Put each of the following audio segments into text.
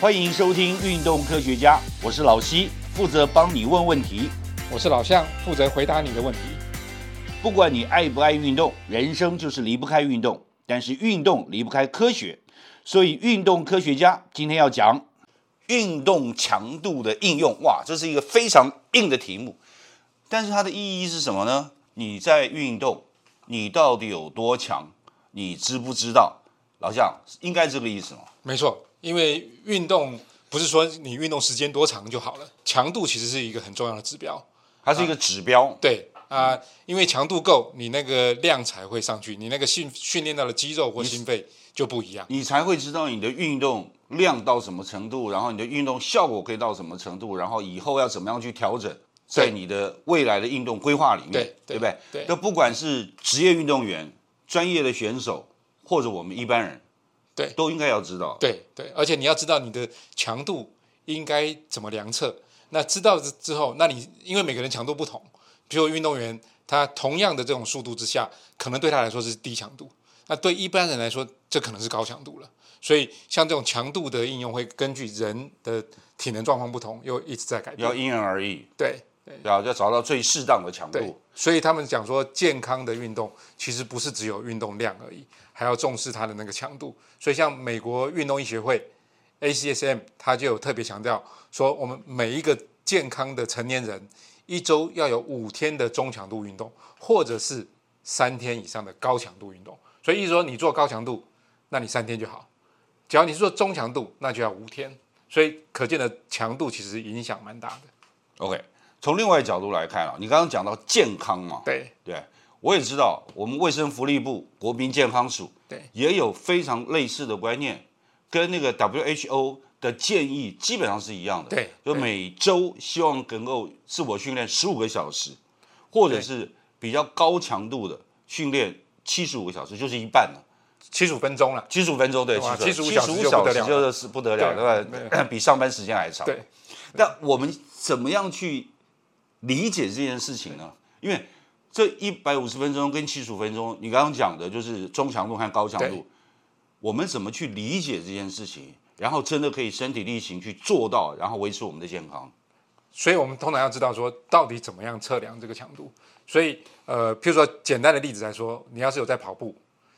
欢迎收听《运动科学家》，我是老西，负责帮你问问题。我是老向，负责回答你的问题。不管你爱不爱运动，人生就是离不开运动，但是运动离不开科学，所以运动科学家今天要讲运动强度的应用。哇，这是一个非常硬的题目，但是它的意义是什么呢？你在运动，你到底有多强？你知不知道？老向应该这个意思嘛？没错，因为运动不是说你运动时间多长就好了，强度其实是一个很重要的指标。它是一个指标。对啊、因为强度够，你那个量才会上去，你那个训训练到的肌肉或心肺就不一样。你才会知道你的运动量到什么程度，然后你的运动效果可以到什么程度，然后以后要怎么样去调整，在你的未来的运动规划里面，对对不对？对那不管是职业运动员、专业的选手，或者我们一般人，对都应该要知道。对对，而且你要知道你的强度应该怎么量测。那知道之之后，那你因为每个人强度不同，比如运动员，他同样的这种速度之下，可能对他来说是低强度，那对一般人来说，这可能是高强度了。所以像这种强度的应用，会根据人的体能状况不同，又一直在改要变。因人而异，对对然后要找到最适当的强对度。，所以他们讲说，健康的运动其实不是只有运动量而已，还要重视它的那个强度。所以像美国运动医学会 ACSM，它就有特别强调说，我们每一个健康的成年人一周要有五天的中强度运动，或者是三天以上的高强度运动。所以意思说，你做高强度，那你三天就好；只要你是做中强度，那就要五天。所以可见的强度其实影响蛮大的。 OK，从另外角度来看啊，你刚刚讲到健康嘛，对对，我也知道，我们卫生福利部国民健康署对也有非常类似的观念，跟那个 WHO 的建议基本上是一样的。对就对每周希望能够自我训练十五个小时，或者对是比较高强度的训练七十五个小时，就是一半了。七十五分钟了。七十五分钟，对，哇七75小小时就时就不得了了是不得了，对对吧？ 比上班时间还长。对，那我们怎么样去理解这件事情呢？因为这一百五十分钟跟七十五分钟，你刚刚讲的就是中强度和高强对度，我们怎么去理解这件事情，然后真的可以身体力行去做到，然后维持我们的健康？所以我们通常要知道说，到底怎么样测量这个强度。所以，呃，譬如说简单的例子来说，你要是有在跑步，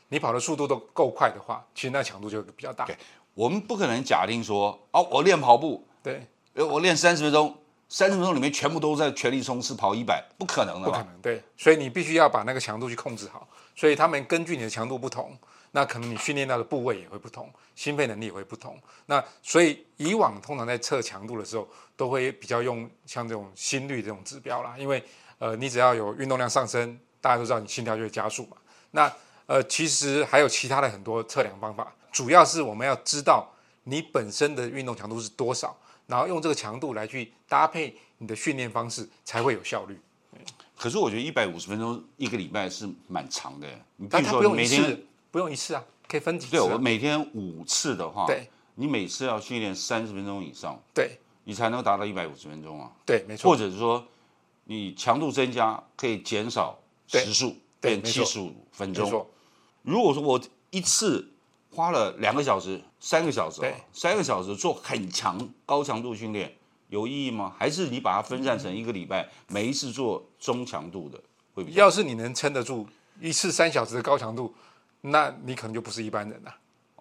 你跑的速度都够快的话，其实那强度就比较大。对我们不可能假定说，哦，我练跑步，对，呃我练三十分钟，三十分钟里面全部都在全力冲刺跑一百，不可能的不可吧？能。对，所以你必须要把那个强度去控制好。所以他们根据你的强度不同，那可能你训练到的部位也会不同，心肺能力也会不同。那所以以往通常在测强度的时候，都会比较用像这种心率这种指标啦，因为呃，你只要有运动量上升，大家都知道你心跳就会加速嘛。那呃，其实还有其他的很多测量方法，主要是我们要知道你本身的运动强度是多少，然后用这个强度来去搭配你的训练方式，才会有效率。可是我觉得一百五十分钟一个礼拜是蛮长的，你比但如它说不你用每一天次，不用一次啊，可以分几次对啊、我每天五次的话，对，你每次要训练三十分钟以上，对你才能达到一百五十分钟啊，对，没错或，者是说你强度增加可以减少对时速，对变没七错十五分没钟。错，如果说我一次花了两个小时、三个小时啊对，三个小时做很强高强度训练有意义吗？还是你把它分散成一个礼拜，每一次做中强度的会比较？要是你能撑得住一次三小时的高强度，那你可能就不是一般人了、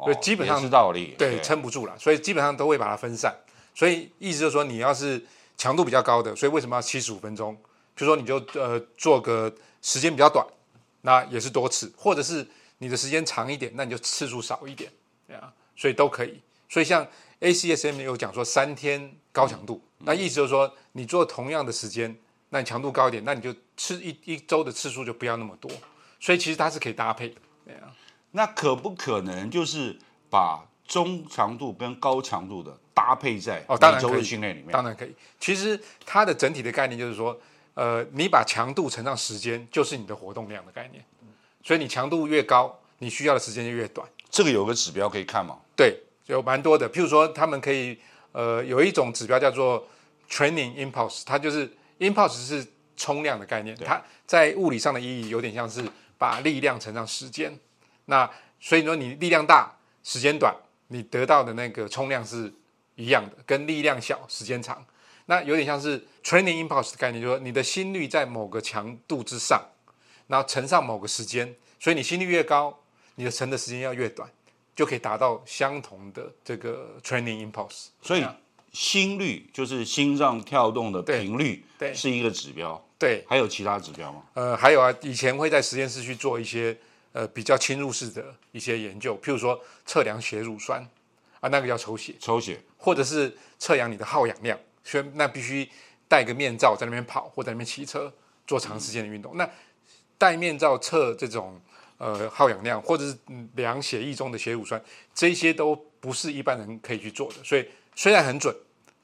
所以基本哦也上是道理。对，撑不住了，所以基本上都会把它分散。所以意思就是说，你要是强度比较高的，所以为什么要七十五分钟？比如说你就呃做个时间比较短，那也是多次，或者是你的时间长一点，那你就次数少一点，对啊，所以都可以。所以像 ACSM 有讲说三天高强度，那意思就是说你做同样的时间，那你强度高一点，那你就次一一周的次数就不要那么多。所以其实它是可以搭配的，对啊。那可不可能就是把中强度跟高强度的搭配在哦当然每周可的以训练里面？当然可以。其实它的整体的概念就是说，呃，你把强度乘上时间，就是你的活动量的概念。所以你强度越高，你需要的时间就越短。这个有个指标可以看吗？对，有蛮多的。譬如说，他们可以呃有一种指标叫做 training impulse，它就是 impulse 是冲量的概念，它在物理上的意义有点像是把力量乘上时间。那所以说你力量大，时间短，你得到的那个冲量是一样的，跟力量小、时间长。那有点像是 training impulse 的概念，就是说你的心率在某个强度之上，然后乘上某个时间，所以你心率越高，你的乘的时间要越短，就可以达到相同的这个 training impulse。所以心率就是心脏跳动的啊对频率，对是一个指标。对，还有其他指标吗？呃，还有啊，以前会在实验室去做一些呃比较侵入式的一些研究，譬如说测量血乳酸啊，那个叫抽血，抽血，或者是测量你的耗氧量，所以那必须戴个面罩在那边跑或在那边骑车做长时间的运动。那戴面罩测这种呃耗氧量，或者是嗯量血液中的血乳酸，这些都不是一般人可以去做的。所以虽然很准，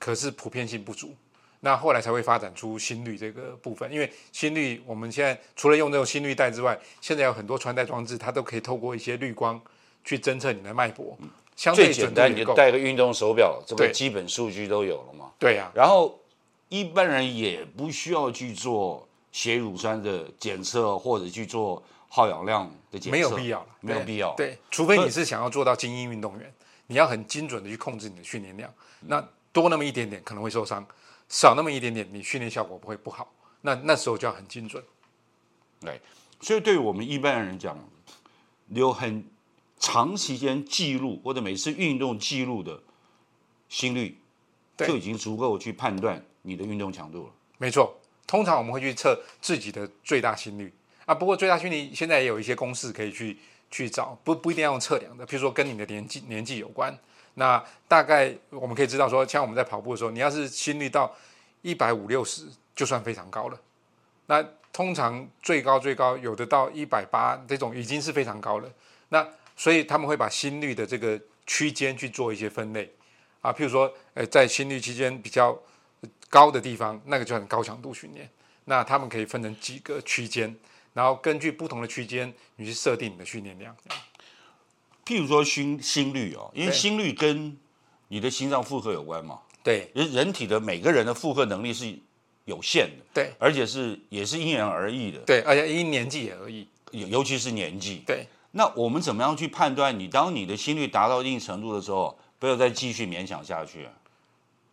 可是普遍性不足。那后来才会发展出心率这个部分，因为心率我们现在除了用这种心率带之外，现在有很多穿戴装置，它都可以透过一些绿光去侦测你的脉搏，相对最简准度单，也你够就。带个运动手表，这个对基本数据都有了嘛。对啊呀、然后一般人也不需要去做血乳酸的检测，或者去做耗氧量的检测，没有必要了，没有对必要。呃对，除非你是想要做到精英运动员，你要很精准的去控制你的训练量。那多那么一点点可能会受伤，少那么一点点，你训练效果不会不好。那那时候就要很精准。对，所以对于我们一般人讲，有很长时间记录或者每次运动记录的心率，对就已经足够去判断你的运动强度了。没错，通常我们会去测自己的最大心率啊。不过最大心率现在也有一些公式可以去去找，不不一定要用测量的，譬如说跟你的年纪年纪有关。那大概我们可以知道说，像我们在跑步的时候，你要是心率到一百五六十，就算非常高了。那通常最高最高有的到一百八这种已经是非常高了。那所以他们会把心率的这个区间去做一些分类啊，譬如说，呃，在心率区间比较高的地方，那个就很高强度训练。那他们可以分成几个区间，然后根据不同的区间，你去设定你的训练量。譬如说心心率哦，因为对心率跟你的心脏负荷有关嘛，对人人体的每个人的负荷能力是有限的，对而且是也是因人而异的，对，而且因年纪也而异。尤尤其是年纪。对那我们怎么样去判断你当你的心率达到一定程度的时候，不要再继续勉强下去，啊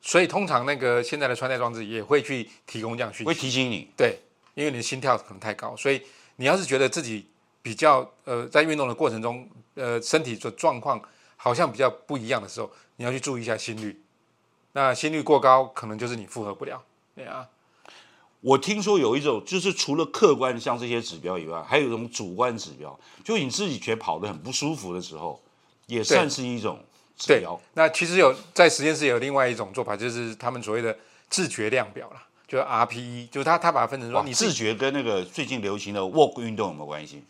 所以通常那个现在的穿戴装置也会去提供这样讯会息。提醒你。对，因为你的心跳可能太高，所以你要是觉得自己比较呃在运动的过程中，呃身体的状况好像比较不一样的时候，你要去注意一下心率。那心率过高，可能就是你负荷不了。对啊，我听说有一种，就是除了客观像这些指标以外，还有一种主观指标，就你自己觉得跑得很不舒服的时候，也算是一种指对标。，那其实有在实验室有另外一种做法，就是他们所谓的自觉量表啦，就是 RPE，就是他他把它分成说哇，你你自自己觉跟那个最近流行的 walk 运动有没有关系？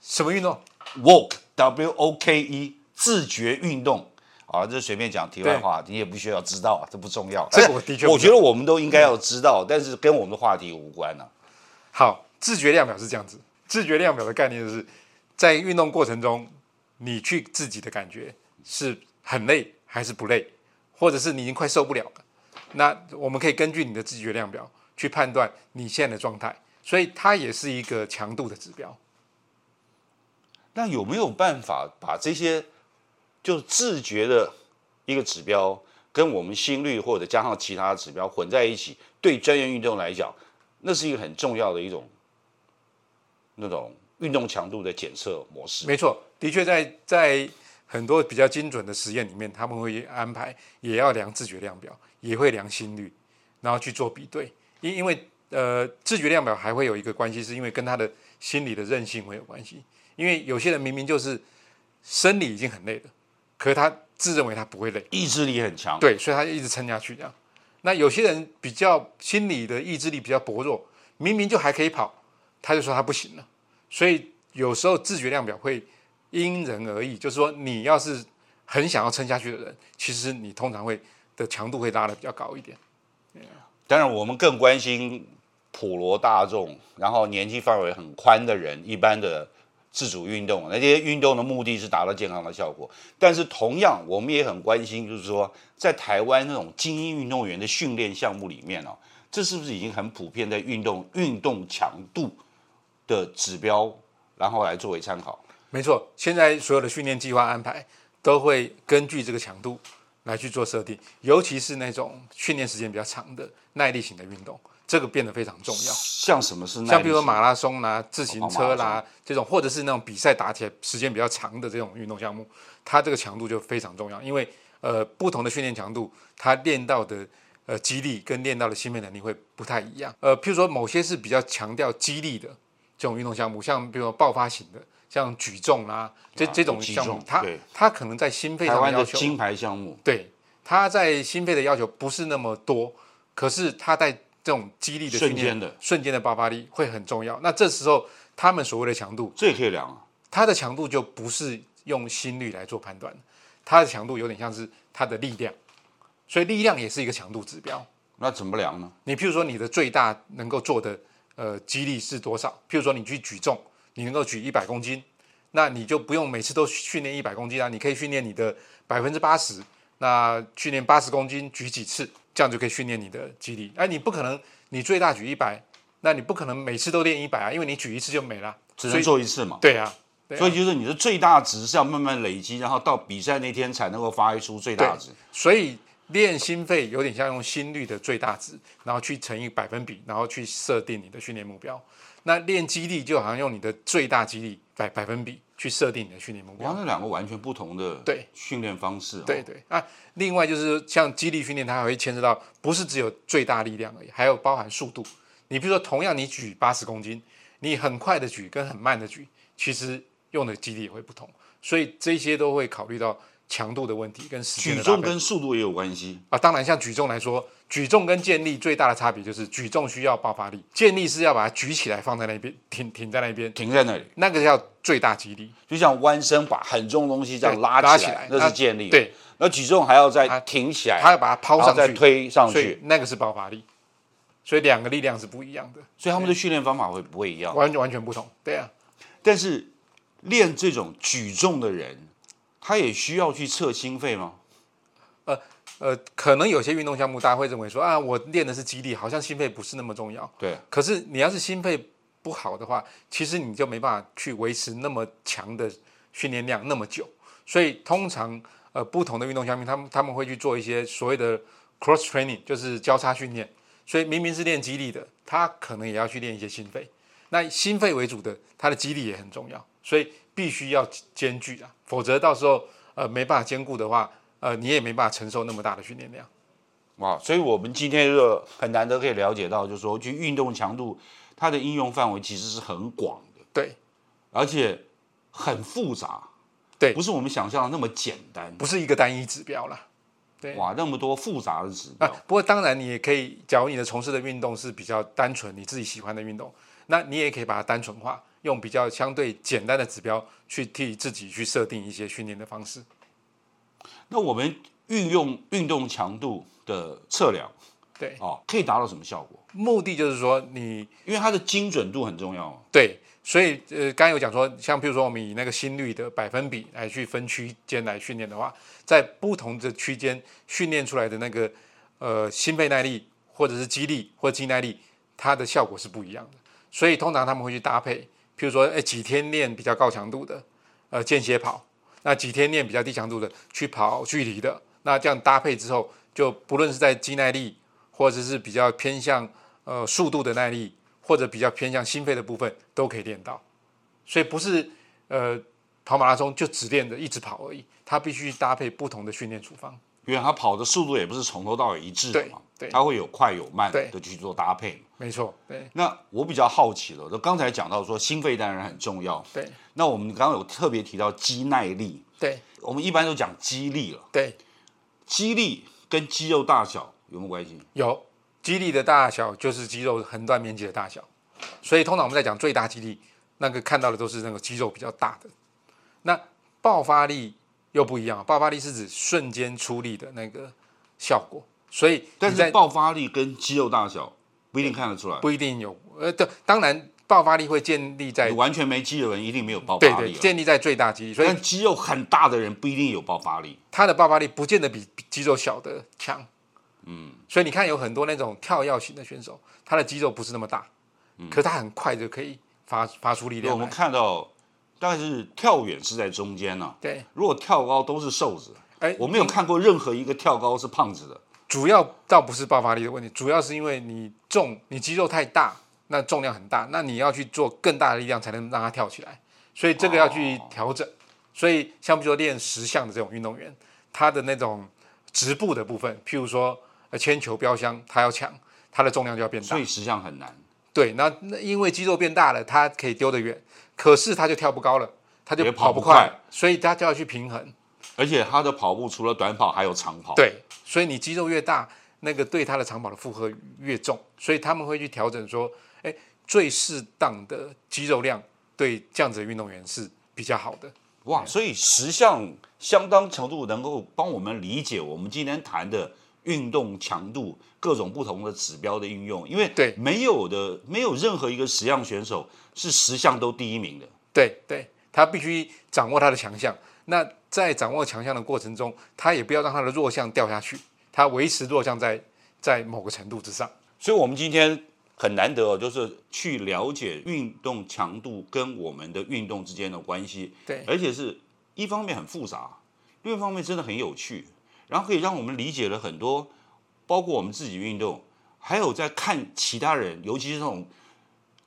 什么运动， Woke W O K E 自觉运动啊，这随便讲题外话，你也不需要知道，这不重要。哎这个我的确不我觉得我们都应该要知道，但是跟我们的话题无关啊。好，自觉量表是这样子。自觉量表的概念就是在运动过程中，你去自己的感觉是很累还是不累，或者是你已经快受不了了。那我们可以根据你的自觉量表去判断你现在的状态，所以它也是一个强度的指标。那有没有办法把这些就自觉的一个指标，跟我们心率或者加上其他的指标混在一起？对专业运动来讲，那是一个很重要的一种那种运动强度的检测模式。没错，的确在在很多比较精准的实验里面，他们会安排也要量自觉量表，也会量心率，然后去做比对。因因为呃，自觉量表还会有一个关系，是因为跟他的心理的韧性会有关系。因为有些人明明就是生理已经很累了，可是他自认为他不会累，意志力很强，对，所以他就一直撑下去这样。那有些人比较心理的意志力比较薄弱，明明就还可以跑，他就说他不行了。所以有时候自觉量表会因人而异，就是说你要是很想要撑下去的人，其实你通常会的强度会拉的比较高一点。当然，我们更关心普罗大众，然后年纪范围很宽的人，一般的自主运动，那些运动的目的是达到健康的效果。但是同样，我们也很关心，就是说，在台湾那种精英运动员的训练项目里面哦，这是不是已经很普遍在运动运动强度的指标，然后来作为参考？没错，现在所有的训练计划安排都会根据这个强度来去做设定，尤其是那种训练时间比较长的耐力型的运动，这个变得非常重要。像什么是耐力？像比如说马拉松啦、自行车哦马拉啦这种，或者是那种比赛打铁时间比较长的这种运动项目，它这个强度就非常重要，因为呃不同的训练强度，它练到的呃肌力跟练到的心肺能力会不太一样。呃，譬如说某些是比较强调肌力的这种运动项目，像比如说爆发型的，像举重啦这啊这种举项目重，它对它可能在心肺台上湾要的求金牌项目，对，他在心肺的要求不是那么多，可是他在这种激励的瞬训练间的瞬间的爆发力会很重要。那这时候他们所谓的强度，这也可以量啊。它的强度就不是用心率来做判断，它的强度有点像是它的力量，所以力量也是一个强度指标。那怎么量呢？你譬如说你的最大能够做的呃肌力是多少？譬如说你去举重，你能够举一百公斤，那你就不用每次都训练一百公斤啊，你可以训练你的百分之八十，那训练八十公斤举几次，这样就可以训练你的肌力。哎，你不可能你最大举一百，那你不可能每次都练一百啊，因为你举一次就没了。只所能以做一次嘛。对啊，对啊所以就是你的最大值是要慢慢累积，然后到比赛那天才能够发挥出最大值。所以练心肺有点像用心率的最大值，然后去乘以百分比，然后去设定你的训练目标。那练肌力就好像用你的最大肌力百百分比去设定你的训练目然标。后那两个完全不同的对训练方式、哦，对，对啊，另外就是像肌力训练，它还会牵涉到不是只有最大力量而已，还有包含速度。你比如说，同样你举八十公斤，你很快的举跟很慢的举，其实用的肌力也会不同，所以这些都会考虑到强度的问题跟时间举的搭重配跟速度也有关系。啊，当然，像举重来说，举重跟健力最大的差别就是举重需要爆发力，健力是要把它举起来放在那边，挺挺在那边，停在那里，那个叫最大肌力，就像弯身把很重的东西这样对拉拉起起来来，那是建立。啊对，那举重还要再挺起来，它要把它抛哎然后上再去，推上所以去，那个是爆发力，所以两个力量是不一样的，所以他们的训练方法会不会一样？完完全不同。对啊，但是练这种举重的人，他也需要去测心肺吗？呃，可能有些运动项目大家会认为说啊，我练的是肌力，好像心肺不是那么重要。对，可是你要是心肺不好的话，其实你就没办法去维持那么强的训练量那么久。所以通常呃不同的运动项目，他们他们会去做一些所谓的 cross training，就是交叉训练。所以明明是练肌力的，他可能也要去练一些心肺。那心肺为主的，他的肌力也很重要，所以必须要兼具啊，否则到时候呃没办法兼顾的话，呃你也没办法承受那么大的训练量。哇，所以我们今天就很难得可以了解到，就是说，就运动强度它的应用范围其实是很广的，对，而且很复杂，对不是我们想象的那么简单。不是一个单一指标啦。对哇，那么多复杂的指标啊，，不过当然你也可以，假如你的从事的运动是比较单纯，你自己喜欢的运动，那你也可以把它单纯化，用比较相对简单的指标去替自己去设定一些训练的方式。那我们运用运动强度的测量对，哦，可以达到什么效果？目的就是说你因为它的精准度很重要嘛。对，所以呃，刚才有讲说，像比如说我们以那个心率的百分比来去分区间来训练的话，在不同的区间训练出来的那个呃心肺耐力或者是肌力或肌耐力，它的效果是不一样的。所以通常他们会去搭配，譬如说，哎，几天练比较高强度的，呃，间歇跑；那几天练比较低强度的，去跑距离的。那这样搭配之后，就不论是在肌耐力，或者是比较偏向呃速度的耐力，或者比较偏向心肺的部分，都可以练到。所以不是呃跑马拉松就只练着一直跑而已，它必须搭配不同的训练处方。因为它跑的速度也不是从头到尾一致的嘛，对对它会有快有慢对的去做搭配嘛。没错，对那我比较好奇了，就刚才讲到说心肺当然很重要，对那我们刚刚有特别提到肌耐力，对我们一般都讲肌力了，对，肌力跟肌肉大小有没有关系？有肌力的大小就是肌肉横断面积的大小，所以通常我们在讲最大肌力，那个看到的都是那个肌肉比较大的。那爆发力又不一样，爆发力是指瞬间出力的那个效果，所以但你是在爆发力跟肌肉大小不一定看得出来，不一定有呃，对，当然爆发力会建立在你完全没肌肉的人一定没有爆对发对力了，建立在最大肌力，所以但肌肉很大的人不一定有爆发力。他的爆发力不见得比比肌肉小的强。嗯，所以你看有很多那种跳跃型的选手，他的肌肉不是那么大，可是他很快就可以发发出力因为量我来。们看到，大概是跳远是在中间呢、对如果跳高都是瘦子，哎我没有看过任何一个跳高是胖子的。主要倒不是爆发力的问题，主要是因为你重，你肌肉太大，那重量很大，那你要去做更大的力量才能让它跳起来，所以这个要去哦调整。所以像比如说练十项的这种运动员，他的那种直步的部分，譬如说呃铅球、标枪，他要强，他的重量就要变大所。以实际上很难，对，那那因为肌肉变大了，他可以丢得远，可是他就跳不高了，他就也跑跑不不快快，所以他就要去平衡。而且他的跑步除了短跑还有长跑。，对，所以你肌肉越大，那个对他的长跑的负荷越重，所以他们会去调整说，哎，最适当的肌肉量对这样子的运动员是比较好的。哇，所以十项相当程度能够帮我们理解我们今天谈的运动强度各种不同的指标的应用，因为对没有的没有任何一个十项选手是十项都第一名的。对对，他必须掌握他的强项。那在掌握强项的过程中，他也不要让他的弱项掉下去，他维持弱项在在某个程度之上。所以我们今天很难得哦，就是去了解运动强度跟我们的运动之间的关系。对而且是一方面很复杂，另一方面真的很有趣，然后可以让我们理解了很多，包括我们自己运动，还有在看其他人，尤其是这种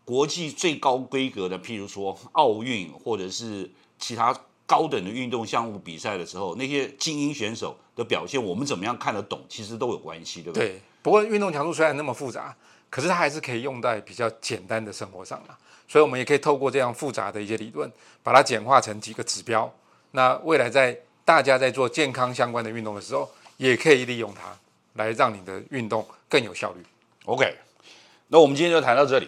国际最高规格的，譬如说奥运或者是其他高等的运动项目比赛的时候，那些精英选手的表现，我们怎么样看得懂，其实都有关系，对不对？对，不过运动强度虽然那么复杂，可是它还是可以用在比较简单的生活上嘛。所以我们也可以透过这样复杂的一些理论，把它简化成几个指标。那未来在大家在做健康相关的运动的时候，也可以利用它来让你的运动更有效率。 OK，那我们今天就谈到这里。